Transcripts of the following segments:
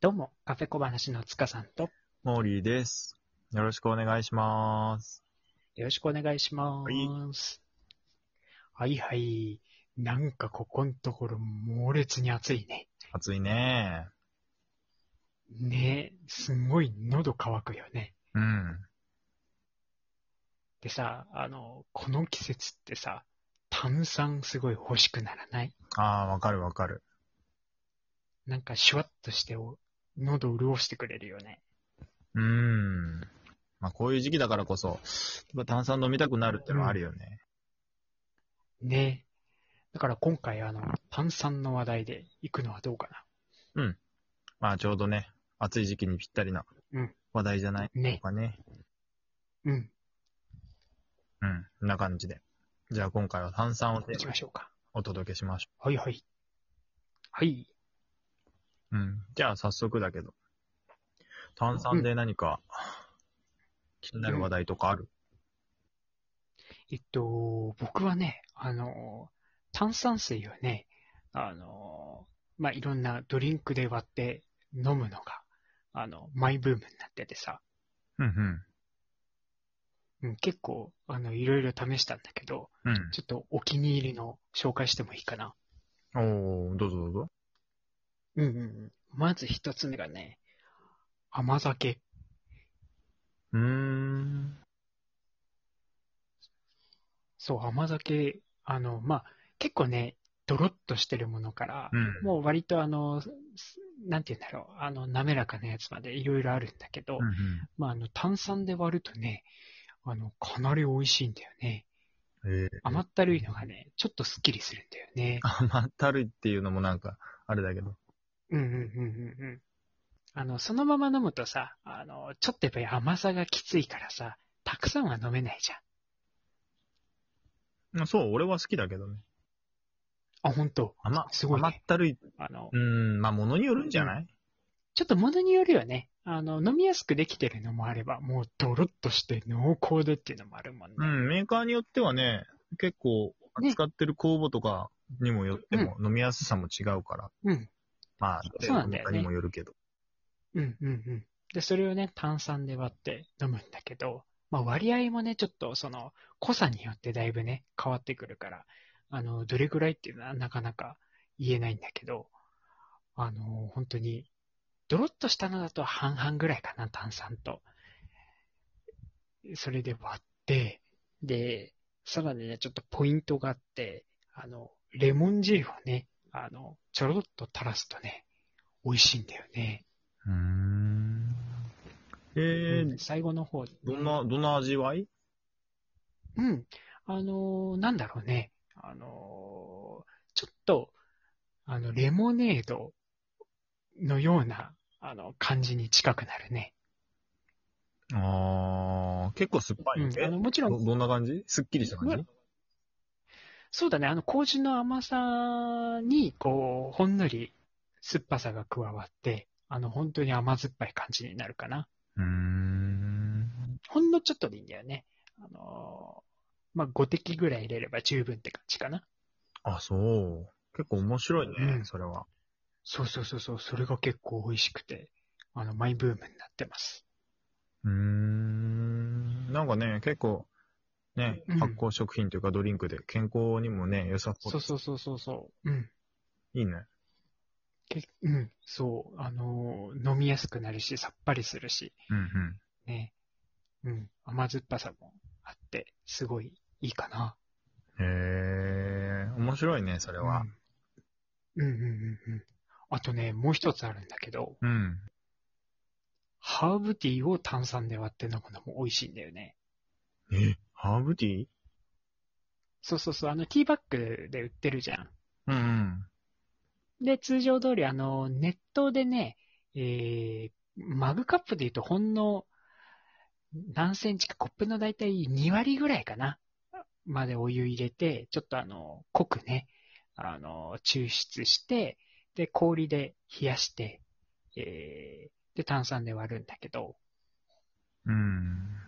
どうも、カフェ小話の塚さんと、よモーリーです。よろしくお願いします。ろしくお願いします。はい、はい、なんかここんところ猛烈に暑いね。暑いね。ねえ、すごい喉乾くよね。うん。でさ、あの、この季節ってさ、炭酸すごい欲しくならないああ、わかるわかる。なんかシュワッとしてお、喉潤してくれるよね。うん。まあ、こういう時期だからこそ、やっぱ炭酸飲みたくなるってのはあるよね。ねえ。だから今回あの、炭酸の話題で行くのはどうかまあ、ちょうどね、暑い時期にぴったりなうん話題じゃないな。のねかね。え。うん。うん。こんな感じで。じゃあ、今回は炭酸をテ行ーきマまにしょうか。お届けしましょはいはい。はい。う。うん。じゃあ、早速だけど。炭酸で何か、気になる話題とかある、えっと、僕はね、あの、炭酸水をね、あの、まあ、いろんなドリンクで割って飲むのが、あの、マイブームになっててさ、うん、うん。うん、結構、あの、いろいろ試したんだけど、うん。ちょっとお気に入りの紹介してもいいかな。おー、どうぞどうぞ。うんうんうん。まず一つ目がね、甘酒。うーん。そう、甘酒、あの、まあ、結構ね、ドロッとしてるものから、うん。もう割とあの、すなんて言うんだろう、あの、滑らかなやつまでいろいろあるんだけど、うんうんまあ、あの、炭酸で割るとね、あの、かなり美味しいんだよね。ええ甘ったるいのがね、ちょっとスッキリするんだよね。 甘ったるいっていうのもなんか、あれだけど。うんうんうんうんうん。あの、そのまま飲むとさ、あの、ちょっとやっぱり甘さがきついからさ、たくさんは飲めないじゃん。まあそう、俺は好きだけどね。あ、本当甘、すごいね甘ったるい。あのう、ん、まあ、ものによるんじゃない、ちょっと物によるよね。あの、飲みやすくできてるのもあれば、もうドロッとして濃厚でっていうのもあるもんね。うん、メーカーによってはね、結構、ね使ってる酵母とかにもよっても、飲みやすさも違うから。うん。まあ、そうなんだよねメーカーにもよるけど。うんうんうん。で、それをね、炭酸で割って飲むんだけど、まあ割合もね、ちょっとその濃さによってだいぶね、変わってくるから、あの、どれぐらいっていうのはなかなか言えないんだけど、あの、本当に、ドロッとしたのだと半々ぐらいかな、炭酸と。それで割って、で、さらにね、ちょっとポイントがあって、あの、レモン汁をね、あの、ちょろっと垂らすとね、美味しいんだよね。うーん。ええうん最後の方に。どんな、どんな味わいうん。あのーなんだろうね。あのーちょっと、あの、レモネードのような、あの、感じに近くなるね。ああ、結構酸っぱい、うん。あえの、もちろどん、どんな感じすっきりした感じそうだね。あの、麹の甘さに、こう、ほんのり酸っぱさが加わって、あの、本当に甘酸っぱい感じになるかな。うーん。ほんのちょっとでいいんだよね。あのーまあ、5滴ぐらい入れれば十分って感じかな。あ、そう。結構面白いね、うんそれは。そうそうそうそう、それが結構美味しくて、あの、マイブームになってます。うーん。なんかね、結構、ねうん、発酵食品というかドリンクで健康にもね、良さそう。そうそうそうそうそう。うん。いいね。けうん、そう、あのー飲みやすくなるし、さっぱりするし、うんね。うん、甘酸っぱさもあって、すごいいいかな。うん。へえ、面白いね、それは。うん、うん、うん、うんうん。あとね、もう一つあるんだけど、うん。ハーブティーを炭酸で割って飲むのも美味しいんだよね。え、ハーブティーそうそうそう、あの、ティーバッグで売ってるじゃん。うんうん。で、通常通り、あの、ネットでね、えー、マグカップで言うとほんの何センチか、コップのだいたい2割ぐらいかな、までお湯入れて、ちょっとあの、濃くね、あの、抽出して、で、氷で冷やして、えー、で、炭酸で割るんだけど、うん。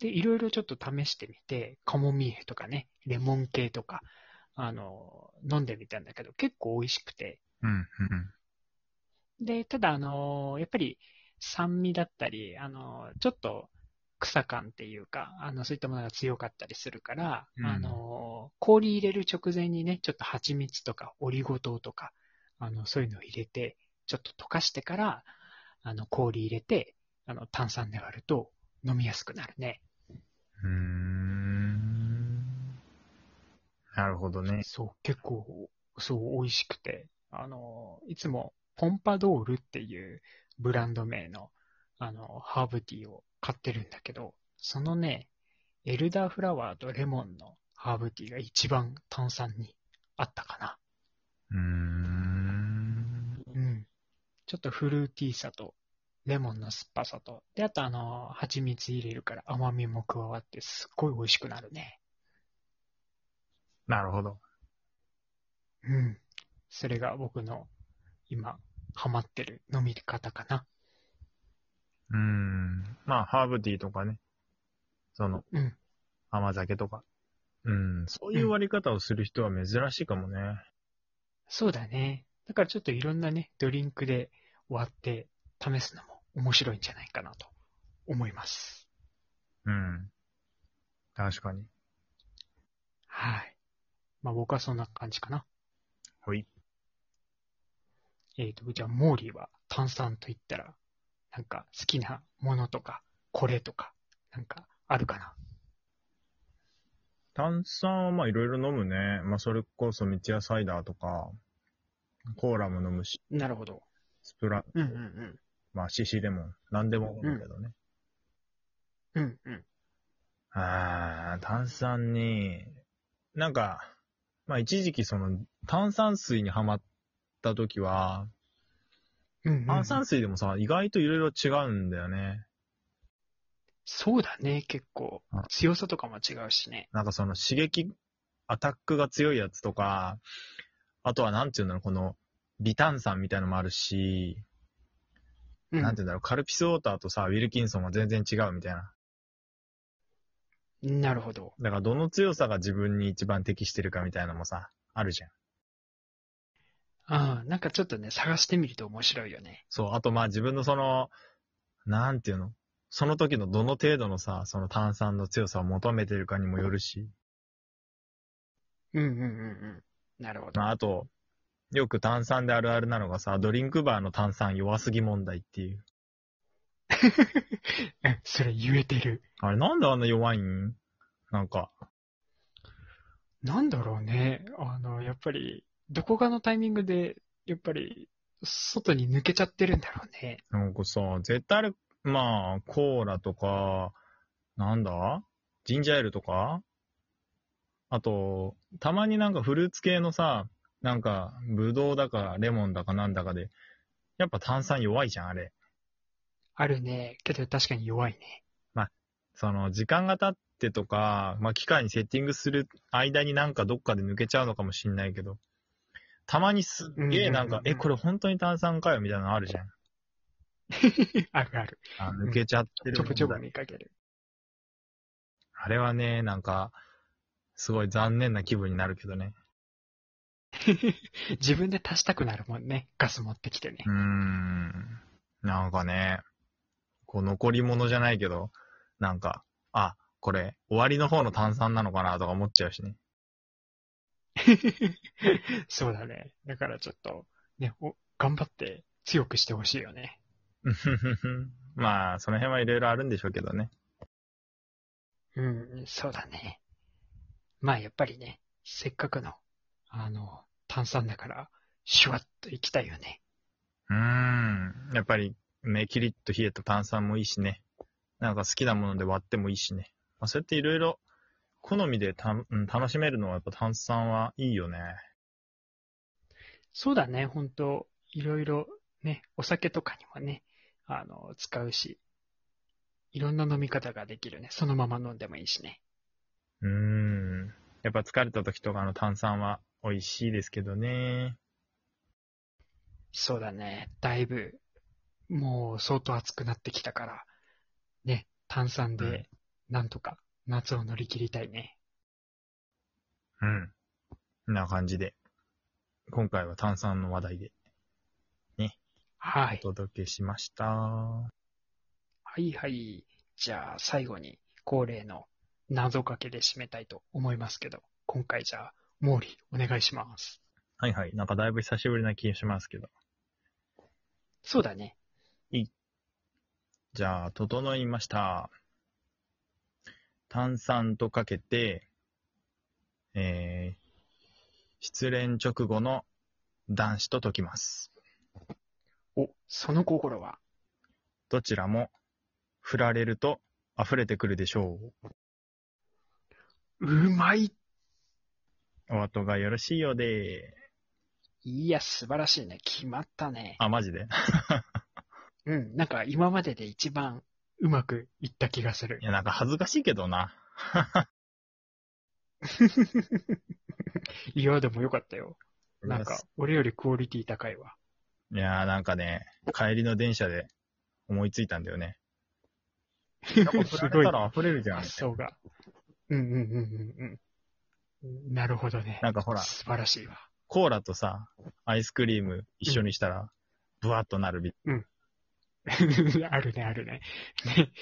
で、いろいろちょっと試してみて、カモミールとかね、レモン系とか、あの、飲んでみたんだけど、結構美味しくて、うん。で、ただ、あのーやっぱり酸味だったり、あのーちょっと草感っていうか、あの、そういったものが強かったりするから、うんあのー氷入れる直前にね、ちょっと蜂蜜とかオリゴ糖とか、あの、そういうのを入れて、ちょっと溶かしてから、あの、氷入れて、あの、炭酸で割ると飲みやすくなるね。うーん。なるほどね。そう、結構、そう、美味しくて、あの、いつも、ポンパドールっていうブランド名の、あの、ハーブティーを買ってるんだけど、そのね、エルダーフラワーとレモンのハーブティーが一番炭酸に合ったかな。うーん。うん。ちょっとフルーティーさと、レモンの酸っぱさと、で、あとあの、蜂蜜入れるから甘みも加わって、すっごい美味しくなるね。なるほど。うん。それが僕の今、ハマってる飲み方かな。うーん。まあ、ハーブティーとかね。その、うん。甘酒とか。うん。そういう割り方をする人は珍しいかもね。そうだね。だからちょっといろんなね、ドリンクで割って試すのも面白いんじゃないかなと思います。うん。確かに。はい。まあ僕はそんな感じかな。ほい。えーと、じゃあモーリーは炭酸と言ったら、なんか好きなものとか、これとか、なんかあるかな。炭酸はまあいろいろ飲むね。まあそれこそ三ツ矢サイダーとか、コーラも飲むし、なるほど。スプラ、うんうんうん。まあ CC レモン、なんでも飲むけどね。うんうん。あー、炭酸に、なんか、まあ一時期その炭酸水にハマった時は、うん、うん。炭酸水でもさ、意外といろいろ違うんだよね。そうだね、結構あ。強さとかも違うしね。なんかその刺激、アタックが強いやつとか、あとはなんていうんだろう、この微炭酸みたいのもあるし、うん、なんていうんだろう、カルピスウォーターとさ、ウィルキンソンは全然違うみたいな。なるほど。だからどの強さが自分に一番適してるかみたいなのもさ、あるじゃん。ああ、なんかちょっとね、探してみると面白いよね。そう、あとまあ自分のその、なんていうのその時のどの程度のさ、その炭酸の強さを求めてるかにもよるし、うんうんうんうん。なるほど。まああと、よく炭酸であるあるなのがさ、ドリンクバーの炭酸弱すぎ問題っていう。うんそれ言えてる。あれなんであんな弱いんなんか、なんだろうね。あの、やっぱり、どこかのタイミングで、やっぱり、外に抜けちゃってるんだろうね。なんかさ、絶対あれ、まあ、コーラとか、なんだジンジャーエールとかあと、たまになんかフルーツ系のさ、なんか、ブドウだか、レモンだかなんだかで、やっぱ炭酸弱いじゃん、あれ。あるね。けど確かに弱いね。その、時間が経ってとか、まあ、機械にセッティングする間になんかどっかで抜けちゃうのかもしんないけど、たまにすっげえなんか、うんうんうんうんえ、これ本当に炭酸かよみたいなのあるじゃん。 あるある。あ抜けちゃってるちょこちょこ問題見かける。あれはね、なんか、すごい残念な気分になるけどね。自分で足したくなるもんね。ガス持ってきてね。うーん。なんかね、こう残り物じゃないけど、なんか、あ、これ、終わりの方の炭酸なのかなとか思っちゃうしね。 そうだね。だからちょっと、ね、お頑張って強くしてほしいよね。うふふふまあ、その辺はいろいろあるんでしょうけどね。うん、そうだね。まあやっぱりね、せっかくの、あの、炭酸だから、シュワッといきたいよね。うーん。やっぱり、ね、キリッと冷えた炭酸もいいしね。なんか好きなもので割ってもいいしね。まあ、そうやっていろいろ、好みでた、うん、楽しめるのはやっぱ炭酸はいいよね。そうだね、ほんと、いろいろね、お酒とかにもね、あの、使うし、いろんな飲み方ができるね。そのまま飲んでもいいしね。うーん。やっぱ疲れた時とかの炭酸は美味しいですけどね。そうだね、だいぶ、もう相当暑くなってきたから、ね、炭酸うで、なんとか夏を乗り切りたいね。うん。こんな感じで。今回は炭酸の話題で。はいお。届けしました。ははいはい。じゃあ最後に恒例の謎かけで締めたいと思いますけど、今回じゃあ、毛利お願いします。いはい。なんかだいぶ久しぶりな気がしますけど。そうだね。じゃあ、整いました。炭酸とかけて、えー、失恋直後の男子と解きます。お、その心はどちらも振られると溢れてくるでしょう。うまいお後がよろしいようで。いや、素晴らしいね。決まったね。あ、マジで うん、なんか今までで一番うまくいった気がするい。や、なんか恥ずかしいけどな。 いや、でもよかったよ。なんか、俺よりクオリティ高いわ。いやーなんかね、帰りの電車で思いついたんだよね。すやっぱ 振らごれいた。ら溢れるじゃん。そうが。うんうんうんうんうん。なるほどね。なんかほら、素晴らしいわ。 コーラとさ、アイスクリーム一緒にしたら、ブワッとなるみあるね、あるね。ね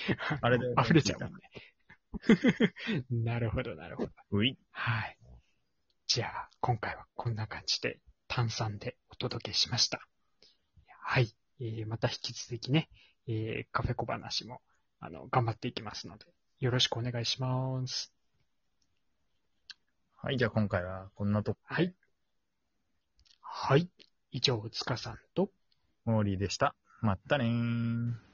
あれだよね溢れちゃうもんね。 なるほど、なるほど。うい。はい。じゃあ、今回はこんな感じで、炭酸でお届けしました。はい。えーまた引き続きね、えーカフェ小話も、あの、頑張っていきますので、よろしくお願いします。はい、じゃあ今回はこんなとこ、はい。はい。以上、塚さんと、モーリーでした。まったねー。